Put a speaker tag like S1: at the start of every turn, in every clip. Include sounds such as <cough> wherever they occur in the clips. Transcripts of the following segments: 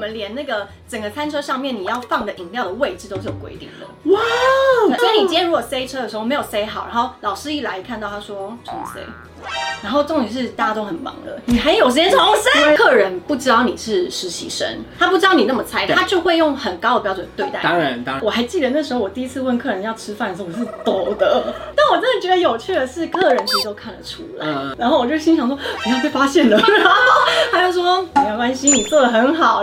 S1: 们连那个整个餐车上面你要放的饮料的位置都是有规定的。
S2: 哇，
S1: 对嗯所以你今天如果塞车的时候没有塞好，然后老师一来看到他说重塞，然后重点是大家都很忙了，你还有时间重塞？客人不知道你是实习生，他不知道你那么菜，
S2: 对
S1: 他就会用很高的标准对待你。
S2: 当然当然，
S1: 我还记得那时候我第一次问客人要吃饭的时候，我是抖的。但我真的觉得有趣的是，客人其实都看得出来。
S2: 嗯
S1: 然后我就心想说，不要被发现了。然后他就说，没有关系，你做的很好。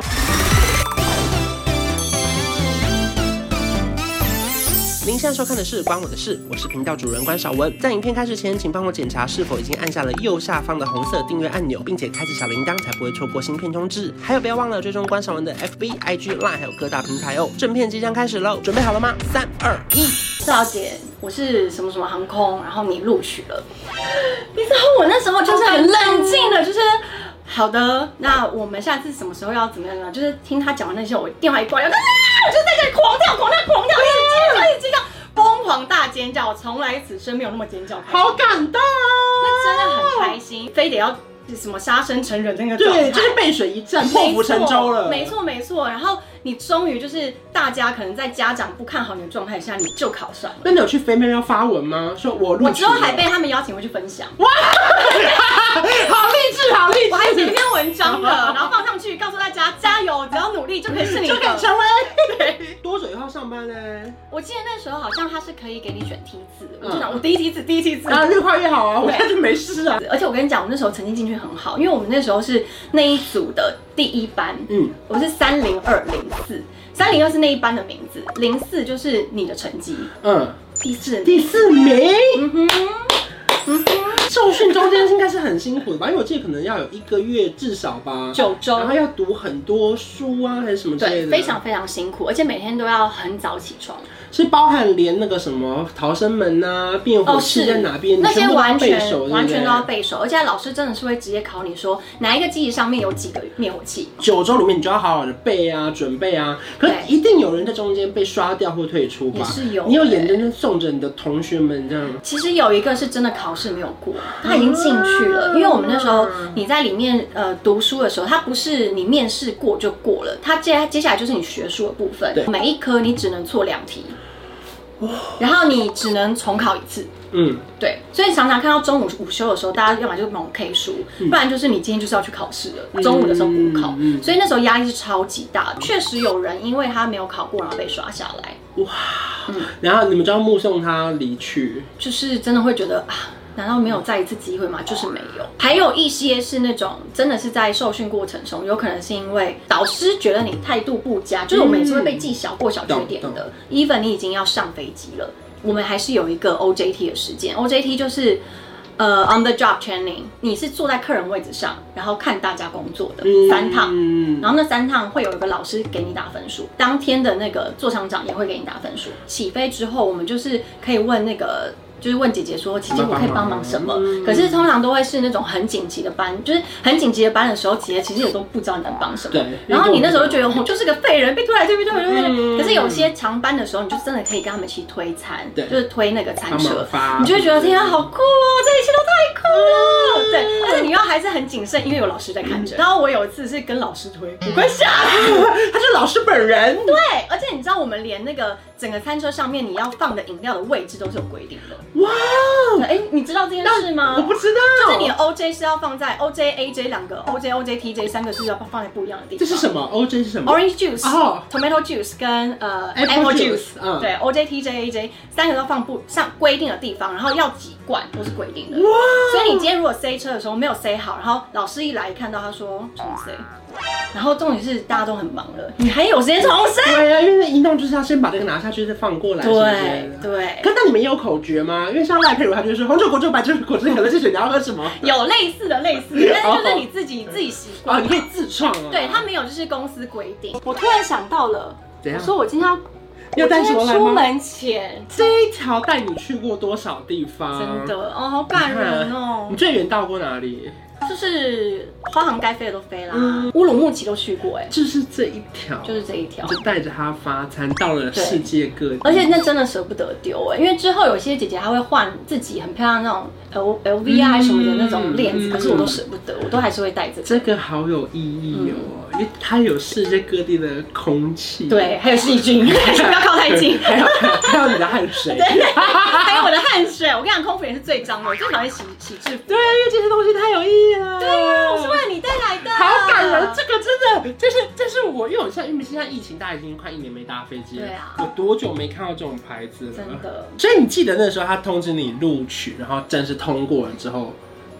S2: 您现在收看的是《关我的事》，我是频道主人关少文。在影片开始前，请帮我检查是否已经按下了右下方的红色订阅按钮，并且开启小铃铛，才不会错过新片通知。还有，不要忘了追踪关少文的 FB、IG、Line，还有各大平台哦。正片即将开始喽，准备好了吗？三、二、一。
S1: 赵姐，我是什么什么航空，然后你录取了。你知道我那时候就是很冷静的，就是。好的，那我们下次什么时候要怎么样呢？就是听他讲完那些，我电话一挂，我就啊，我就在这里狂跳、狂跳、狂跳，一直尖叫、一直尖叫，疯狂大尖叫。我从来此生没有那么尖叫开心。
S2: 感动
S1: 那
S2: 哦！
S1: 真的很开心，非得要什么杀生成人的那个状态
S2: 对，就是背水一战，破釜沉舟了。
S1: 没错没错。然后你终于就是大家可能在家长不看好你的状态下，你就考上了。
S2: 那你有去飞妹要发文吗？说我录
S1: 我
S2: 取
S1: 之
S2: 了
S1: 后还被他们邀请回去分享，
S2: <laughs> 好励志，好励
S1: 我还写一
S2: 志，
S1: 篇文章
S2: <laughs>
S1: 的，然后放上去，告诉大家加油，只要努力就可以是你
S2: 就可以
S1: 的。
S2: 成为多久以后上班呢？
S1: 我记得那时候好像他是可以给你选梯次，我
S2: 嗯
S1: 就想我第一梯次，第一梯次。
S2: 啊，越快越好啊！我现在就没事啊。
S1: 而且我跟你讲，我那时候成绩进去很好，因为我们那时候是那一组的第一班，
S2: 嗯，
S1: 我是三零二零四，三零二是那一班的名字，零四就是你的成绩，
S2: 嗯，
S1: 第四
S2: 第四名。
S1: 嗯哼，嗯哼，
S2: 受训中间应该是很辛苦的吧？因为我记得可能要有一个月至少吧，
S1: 九
S2: 然
S1: 周
S2: 后，要读很多书啊，还是什么之类
S1: 对，
S2: 的，
S1: 非常非常辛苦，而且每天都要很早起床，
S2: 是包含连那个什么逃生门呐、啊、变火
S1: 哦
S2: 器
S1: 是
S2: 在哪边，
S1: 那些
S2: 全部都要
S1: 完
S2: 背熟，对不
S1: 全
S2: 对
S1: 完全都要。背熟，而且老师真的是会直接考你说哪一个机器上面有几个灭火器，
S2: 九周里面你就要好好的背啊，准备啊。可是
S1: 对
S2: 一定有人在中间被刷掉或退出吧？
S1: 也是有
S2: 你有
S1: 欸
S2: 眼睁睁送着你的同学们这样。
S1: 其实有一个是真的考试没有过，他已经进去
S2: 啊
S1: 了。因为我们那时候你在里面呃读书的时候，他不是你面试过就过了，他接接下来就是你学术的部分
S2: 对，哦
S1: 每一科你只能错两题，然后你只能重考一次。
S2: 嗯，
S1: 对，所以常常看到中午午休的时候，大家要么就猛 K 书，不然就是你今天就是要去考试了，中午的时候补考
S2: 嗯嗯，
S1: 所以那时候压力是超级大的。确实有人因为他没有考过，然后被刷下来，
S2: 然后你们就要目送他离去。
S1: 就是真的会觉得啊，难道没有再一次机会吗？就是没有。还有一些是那种真的是在受训过程中，有可能是因为导师觉得你态度不佳，就是我们也是会被记小过小缺点
S2: 嗯懂懂
S1: 的。even 你已经要上飞机了，我们还是有一个 OJT 的时间，OJT 就是。呃、o n the job training，你是坐在客人位置上，然后看大家工作的、三趟，
S2: 嗯，
S1: 然后那三趟会有一个老师给你打分数，当天的那个座舱长也会给你打分数。起飞之后，我们就是可以问那个。就是问姐姐说，姐姐我可以帮忙什么？
S2: 嗯
S1: 可是通常都会是那种很紧急的班，就是很紧急的班的时候，姐姐其实也都不知道你能帮什么。
S2: 对
S1: 然后你那时候就觉得我就是个废人，被推来推去，被推来推
S2: 嗯
S1: 去。可是有些长班的时候，你就真的可以跟他们一起推餐，
S2: 对
S1: 就是推那个餐
S2: 帮忙
S1: 车。
S2: 发，
S1: 你就会觉得天啊，好酷哦！这一切都太酷
S2: 嗯
S1: 了。对，但是你要还是很谨慎，因为有老师在看着。然后我有一次是跟老师推，我快吓死了。
S2: 他是老师本人。
S1: 对，而且你知道我们连那个整个餐车上面你要放的饮料的位置都是有规定的。
S2: 哇，哦
S1: 对哎，你知道这件事
S2: 我
S1: 吗？
S2: 不知道，
S1: 嗯就是你的 OJ 是要放在 OJ、AJ 两个，OJ、OJ、TJ 三个是要放在不一样的地方。
S2: 这是什么？OJ 是什么？
S1: Orange juice、
S2: 哦
S1: tomato juice 跟呃
S2: Apple juice，嗯
S1: 对，OJ、TJ、AJ 三个都放不上规定的地方，然后要几罐都是规定的。
S2: 哇，哦
S1: 所以你今天如果塞车的时候没有塞好，然后老师一来看到他说重塞，然后重点是大家都很忙了，你还有时间重塞？
S2: 对哎呀，因为那一弄就是要先把这个拿下去，再放过来。
S1: 对
S2: 对。
S1: 对，
S2: 可那你们也有口诀吗？因为像赖佩如，他就说红酒、果汁、白酒、果汁、可乐、汽水，你要喝什么？
S1: 有类似的类似 <laughs> 的，但是就是你自己自己习
S2: 哦，
S1: 惯
S2: 你。可以自创啊。
S1: 对，他没有就是公司规定。我突然想到了，
S2: 怎
S1: 我
S2: 样？
S1: 说我今天要，
S2: 要带
S1: 我今
S2: 什么
S1: 天
S2: 来
S1: 出
S2: 吗？
S1: 门前，
S2: 这一条带你去过多少地方？
S1: 真。的哦，好感人哦
S2: 你。最远到过哪里？
S1: 嗯就是花行该飞的都飞啦
S2: 嗯，
S1: 乌鲁木齐都去过哎、
S2: 就是这一条，
S1: 就是这一条
S2: 就。带着它发餐到了
S1: 对
S2: 世界各地，
S1: 而且那真的舍不得丢哎、因为之后有些姐姐还会换自己很漂亮那种 L L V 啊
S2: 嗯
S1: 什么的那种链子，
S2: 嗯
S1: 可是我都舍不得，我都还是会带着。
S2: 这个好有意义哦，因为它有世界各地的空气，
S1: 嗯对，，还有细菌， <laughs> 不要靠太近。
S2: <laughs> 还有还有你的
S1: <laughs>
S2: 汗水，对，
S1: 还
S2: <laughs>
S1: 有我的汗水，我跟你讲，空服员是最脏的，我最讨厌洗洗制服。
S2: 因为这些东西太有意义了，对
S1: 啊，我是为了你带来的。
S2: 好感人，啊这个真的，这是这是我，因为我现在因为现在疫情，大家已经快一年没搭飞机了，
S1: 对啊
S2: 我多久没看到这种牌子了？
S1: 真的。
S2: 所以你记得那时候他通知你录取，然后正式通过了之后，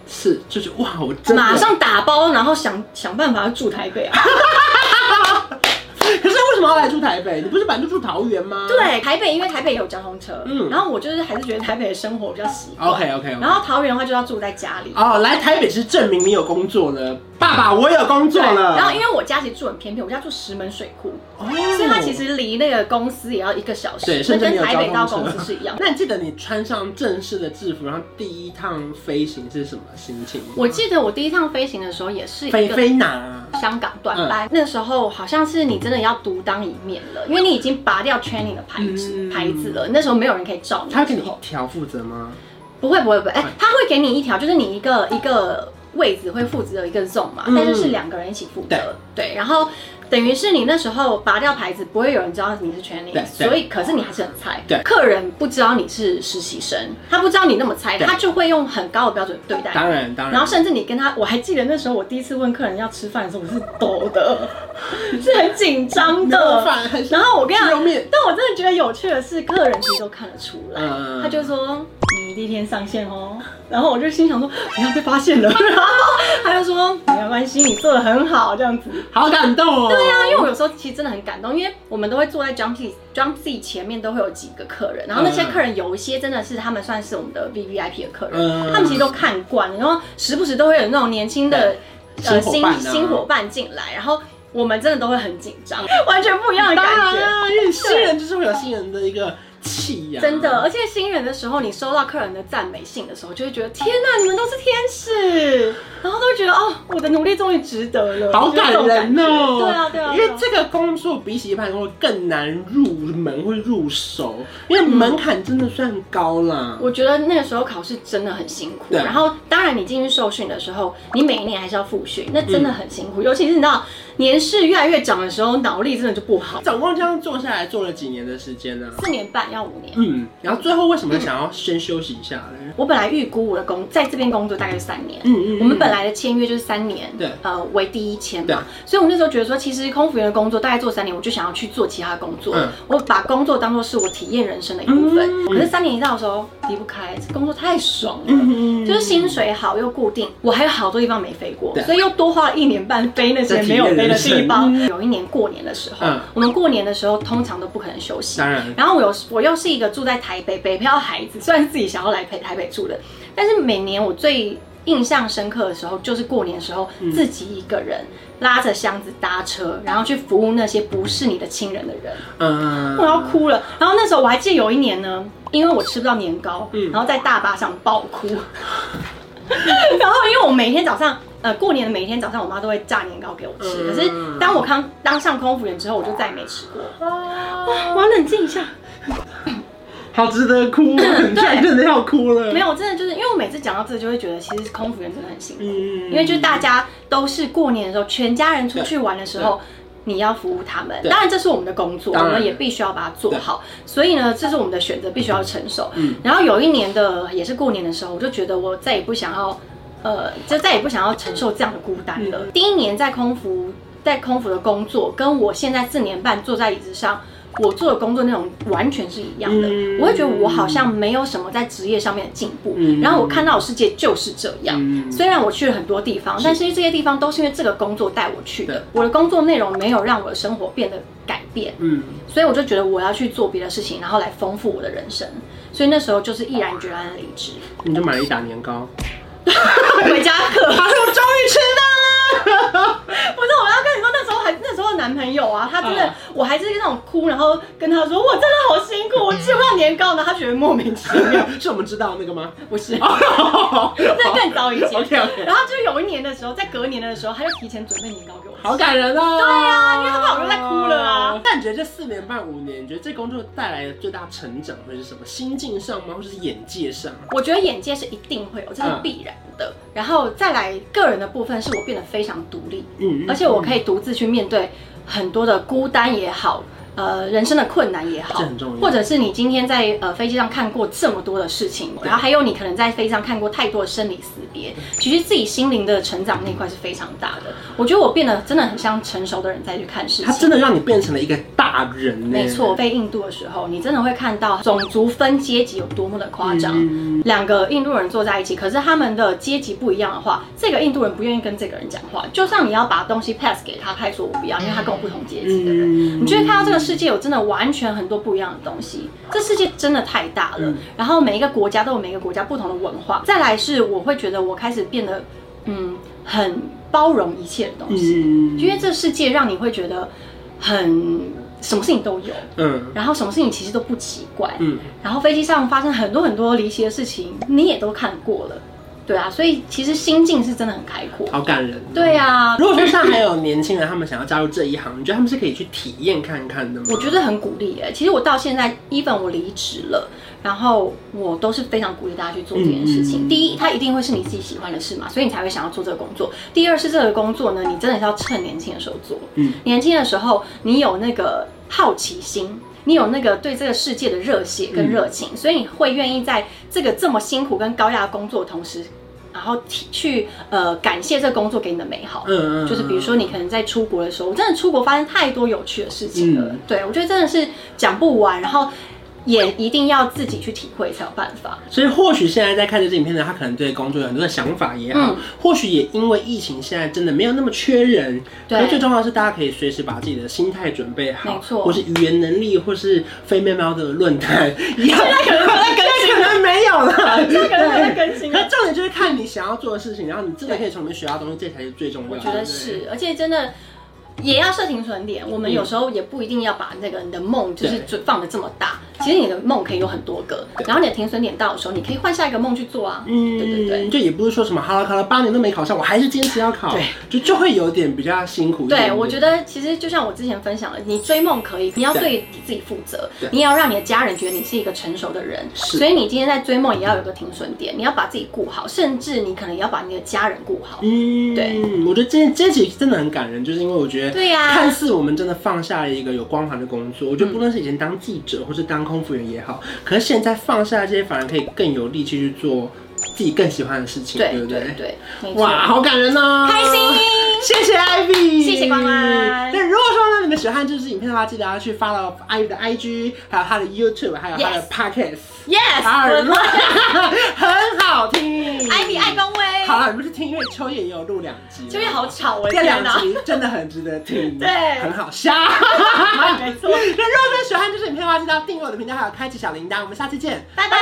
S2: 是就是哇，我真的
S1: 马。上打包，然后想想办法要住台北
S2: <laughs>
S1: 啊。
S2: 可是为什么要来住台北？你不是本来就住桃园吗？。
S1: 对，台北因为台北有交通车，
S2: 嗯
S1: 然后我就是还是觉得台北的生活比较习惯。
S2: OK OK
S1: 然
S2: OK。
S1: 后桃园的话就要住在家里。
S2: 哦，来台北是证明你有工作了，爸爸我有工作
S1: 对，
S2: 了。
S1: 然后因为我家其实住很偏僻，我家住石门水库，
S2: 哦
S1: 所以它其实离那个公司也要一个小时，
S2: 对，
S1: 那
S2: 甚至
S1: 跟
S2: 没有
S1: 台
S2: 交
S1: 北到
S2: 通
S1: 公
S2: 车。
S1: 司是一样
S2: 那你记得你穿上正式的制服，然后第一趟飞行是什么心情吗？
S1: 我记得我第一趟飞行的时候也是一
S2: 飞
S1: 个
S2: 飞哪啊？
S1: 香港短班，那时候好像是你真的要独当一面了，因为你已经拔掉 training 的牌子、
S2: 嗯
S1: 牌子了，那时候没有人可以罩你。
S2: 他给你一条负责吗？
S1: 不会不会不会，哎、
S2: 嗯
S1: 他会给你一条，就是你一个一个位置会负责一个 zone 嘛，
S2: 嗯
S1: 但是是两个人一起负责，对，然后。等于是你那时候拔掉牌子，不会有人知道你是全
S2: 对
S1: 龄，
S2: 对
S1: 所以可是你还是很菜。
S2: 对
S1: 客人不知道你是实习生，他不知道你那么菜，
S2: 对
S1: 他就会用很高的标准对待你。
S2: 当然当然。
S1: 然后甚至你跟他，我还记得那时候我第一次问客人要吃饭的时候，我是抖的， <laughs> 是很紧张
S2: <laughs> 没有
S1: 的。
S2: 饭还是
S1: 然后我跟你
S2: 牛肉
S1: 讲，
S2: 面
S1: 但我真的觉得有趣的是，客人其实都看得出来，
S2: 嗯
S1: 他就说你第一天上线哦， <laughs> 然后我就心想说不要被发现了， <laughs> 然后他就说没有关系，你做的很好这样子。
S2: 好感动哦。对
S1: 对啊，因为我有时候其实真的很感动，因为我们都会坐在 Jump Z Jump Z 前面都会有几个客人，然后那些
S2: 嗯
S1: 客人有一些真的是他们算是我们的 V V I P 的客人，
S2: 嗯
S1: 他们其实都看惯了，然后时不时都会有那种年轻的呃
S2: 新伙伴啊
S1: 新伙伴进来，然后我们真的都会很紧张，完全不一样的感
S2: 当然
S1: 觉。
S2: 啊，因为新人就是会有新人的一个气呀、
S1: 真的，。而且新人的时候，你收到客人的赞美信的时候，就会觉得天哪，你们都是天使，然后都会觉得哦，我的努力终于值得了，
S2: 好
S1: 就是
S2: 感
S1: 这种
S2: 人
S1: 觉
S2: 哦！
S1: 对啊，对啊，
S2: 因为
S1: 对啊
S2: 这个工作比起一般工作更难入门或入手，因为门槛真的算高啦。
S1: 我觉得那个时候考试真的很辛苦，
S2: 对
S1: 然后当然你进去受训的时候，你每一年还是要复训，那真的很辛苦，尤其是你知道年事越来越长的时候，脑力真的就不好。
S2: 总共这样做下来做了几年的时间呢、
S1: 四年半要五年，
S2: 嗯，然后最后为什么想要先休息一下呢？
S1: 我本来预估我的工在这边工作大概是三年，
S2: 嗯嗯嗯
S1: 我们本来的签约就是三年，
S2: 对
S1: 呃为第一签
S2: 对
S1: 嘛，所以我那时候觉得说，其实空服员的工作大概做三年，我就想要去做其他的工作，
S2: 嗯
S1: 我把工作当做是我体验人生的一部分。
S2: 嗯
S1: 可是三年一到的时候离不开，这工作太爽了，
S2: 嗯嗯嗯
S1: 就是薪水好又固定，我还有好多地方没飞过
S2: 对，
S1: 所以又多花了一年半飞那些没有飞的地
S2: 在体验
S1: 方。有一年过年的时候，
S2: 嗯
S1: 我们过年的时候通常都不可能休息，
S2: 当然，
S1: 然后我有我又是一个住在台北北漂孩子，虽然自己想要来台台北住的，但是每年我最印象深刻的时候就是过年的时候，
S2: 嗯
S1: 自己一个人拉着箱子搭车，然后去服务那些不是你的亲人的人，
S2: 嗯，
S1: 我要哭了。然后那时候我还记得有一年呢，因为我吃不到年糕，
S2: 嗯
S1: 然后在大巴上爆哭。 <laughs> 然后因为我每天早上，呃，过年的每天早上，我妈都会炸年糕给我吃。
S2: 嗯
S1: 可是当我当当上空服员之后，我就再也没吃过。
S2: 啊
S1: 哇我要冷静一下。
S2: 好值得
S1: <laughs>
S2: 哭，很帅，真的要哭了。
S1: 没有，真的就是因为我每次讲到这，就会觉得其实空服员真的很辛苦，
S2: 嗯
S1: 因为就是大家都是过年的时候，全家人出去玩的时候。你要服务他们，
S2: 对
S1: 当然这是我们的工作，我
S2: 当然
S1: 们也必须要把它做好。所以呢，这是我们的选择，必须要承受。
S2: 嗯
S1: 然后有一年的也是过年的时候，我就觉得我再也不想要，呃，就再也不想要承受这样的孤单了。
S2: 嗯
S1: 第一年在空服，在空服的工作，跟我现在四年半坐在椅子上，我做的工作内容完全是一样的。
S2: 嗯
S1: 我会觉得我好像没有什么在职业上面的进步，
S2: 嗯
S1: 然后我看到的世界就是这样。
S2: 嗯
S1: 虽然我去了很多地方，但是这些地方都是因为这个工作带我去的。我的工作内容没有让我的生活变得改变，
S2: 嗯，
S1: 所以我就觉得我要去做别的事情，然后来丰富我的人生。所以那时候就是毅然决然的离职， <laughs>
S2: 你就买了一打年糕，
S1: 回家课。 <laughs> 啊
S2: 我终于吃到了。
S1: 不是，我要跟你说，那时候还那那时候的男朋友啊，他真的，
S2: 嗯
S1: 我还是那种哭，然后跟他说我真的好辛苦，我吃不到年糕呢，他觉得莫名其妙，
S2: <laughs> 是我们知道那个吗？
S1: 不
S2: <laughs>
S1: 是，<laughs>
S2: 这
S1: 这更早
S2: <laughs>
S1: 以前。
S2: OK OK，
S1: 然后就有一年的时候，在隔年的时候，他就提前准备年糕给我吃。
S2: 好感人哦。
S1: 对啊因为他怕我就在哭了啊。
S2: 但你觉得这四年半五年，你觉得这工作带来的最大成长会是什么？心境上吗？或者是眼界上？
S1: 我觉得眼界是一定会有，这是必然
S2: 嗯
S1: 的。然后再来个人的部分，是我变得非常独立，
S2: 嗯
S1: 而且我可
S2: 以，
S1: 以独自去面对很多的孤单也好，呃，人生的困难也好
S2: 这很重要，
S1: 或者是你今天在呃飞机上看过这么多的事情，然后还有你可能在飞机上看过太多的生离死别，其实自己心灵的成长那一块是非常大的。我觉得我变得真的很像成熟的人再去看事
S2: 它
S1: 情。
S2: 真的让你变成了一个大人呢。
S1: 没错，飞印度的时候，你真的会看到种族分阶级有多么的夸张。
S2: 嗯
S1: 两个印度人坐在一起，可是他们的阶级不一样的话，这个印度人不愿意跟这个人讲话。就算你要把东西 pass 给他，他也说我不要，因为他跟我不同阶级的人。
S2: 嗯
S1: 你就会看到这个世界有真的完全很多不一样的东西，这世界真的太大
S2: 嗯
S1: 了。然后每一个国家都有每一个国家不同的文化。再来是我会觉得我开始变得嗯很包容一切的东西，
S2: 嗯
S1: 因为这世界让你会觉得很什么事情都有，
S2: 嗯
S1: 然后什么事情其实都不奇怪。
S2: 嗯，
S1: 然后飞机上发生很多很多离奇的事情，你也都看过了，对啊，所以其实心境是真的很开阔。
S2: 好感人。
S1: 对啊，
S2: 如果说像还有年轻人，他们想要加入这一行，你觉得他们是可以去体验看看的吗？
S1: 我觉得很鼓励耶。其实我到现在，even 我离职了，然后我都是非常鼓励大家去做这件事情。
S2: 嗯
S1: 第一，它一定会是你自己喜欢的事嘛，所以你才会想要做这个工作。第二是这个工作呢，你真的是要趁年轻的时候做。
S2: 嗯
S1: 年轻的时候，你有那个好奇心。你有那个对这个世界的热血跟热情，
S2: 嗯
S1: 所以你会愿意在这个这么辛苦跟高压的工作的同时，然后提去呃感谢这个工作给你的美好。
S2: 嗯嗯，
S1: 哦就是比如说你可能在出国的时候，我真的出国发生太多有趣的事情了。
S2: 嗯
S1: 对我觉得真的是讲不完，然后也一定要自己去体会才有办法。
S2: 嗯所以或许现在在看这支影片的他，可能对工作有很多的想法也好，
S1: 嗯
S2: 或许也因为疫情现在真的没有那么缺人，
S1: 对
S2: 可是最重要的是大家可以随时把自己的心态准备好，
S1: 没错
S2: 或是语言能力，或是非面包的论坛，
S1: <laughs>
S2: 现在
S1: 可能不在更新
S2: 可能没有了，
S1: 现在可能不在更新了
S2: 可重点就是看你想要做的事情，然后你真的可以从里面学到东西，这才是最重要的。
S1: 我觉得
S2: 对不对，嗯
S1: 是，而且真的。也要设停损点，我们有时候也不一定要把那个你的梦就是
S2: 对
S1: 准放的这么大。其实你的梦可以有很多个，然后你的停损点到的时候，你可以换下一个梦去做啊。
S2: 嗯，
S1: 对对对
S2: 就也不是说什么哈啦哈啦八年都没考上，我还是坚持要考，
S1: 对，
S2: 就就会有点比较辛苦一点点。
S1: 对，我觉得其实就像我之前分享的，你追梦可以，你要对你自己负责
S2: 对，
S1: 你也要让你的家人觉得你是一个成熟的人。
S2: 是
S1: 所以你今天在追梦也要有个停损点，你要把自己顾好，甚至你可能也要把你的家人顾好。
S2: 嗯，
S1: 对，
S2: 我觉得这这集真的很感人，就是因为我觉得，
S1: 对呀
S2: 看似我们真的放下了一个有光环的工作，我觉得不论是以前当记者或是当空服员也好，可是现在放下这些，反而可以更有力气去做自己更喜欢的事情，
S1: 对
S2: 不
S1: 对
S2: 对？
S1: 对对，没错。
S2: 哇，好感人哦！
S1: 开心
S2: 谢谢 Ivy，
S1: 谢谢关关
S2: 对，如果说呢你们喜欢这支影片的话，记得要去 follow Ivy 的 IG，还有她的 YouTube，还有她的
S1: Yes
S2: Podcast，
S1: Yes，我的
S2: 很好听。
S1: 艾比爱公威，
S2: 好了，你们去听，因为秋叶也有录两集，
S1: 就会好吵，我的
S2: 这
S1: 天
S2: 两
S1: 哪！
S2: 集真的很值得听，
S1: 啊 <laughs> 对
S2: 很好笑。
S1: 没错 <laughs>
S2: <laughs> 那如果真的喜欢这支影片的话，记得要订阅我的频道，还有开启小铃铛。我们下期见，
S1: 拜拜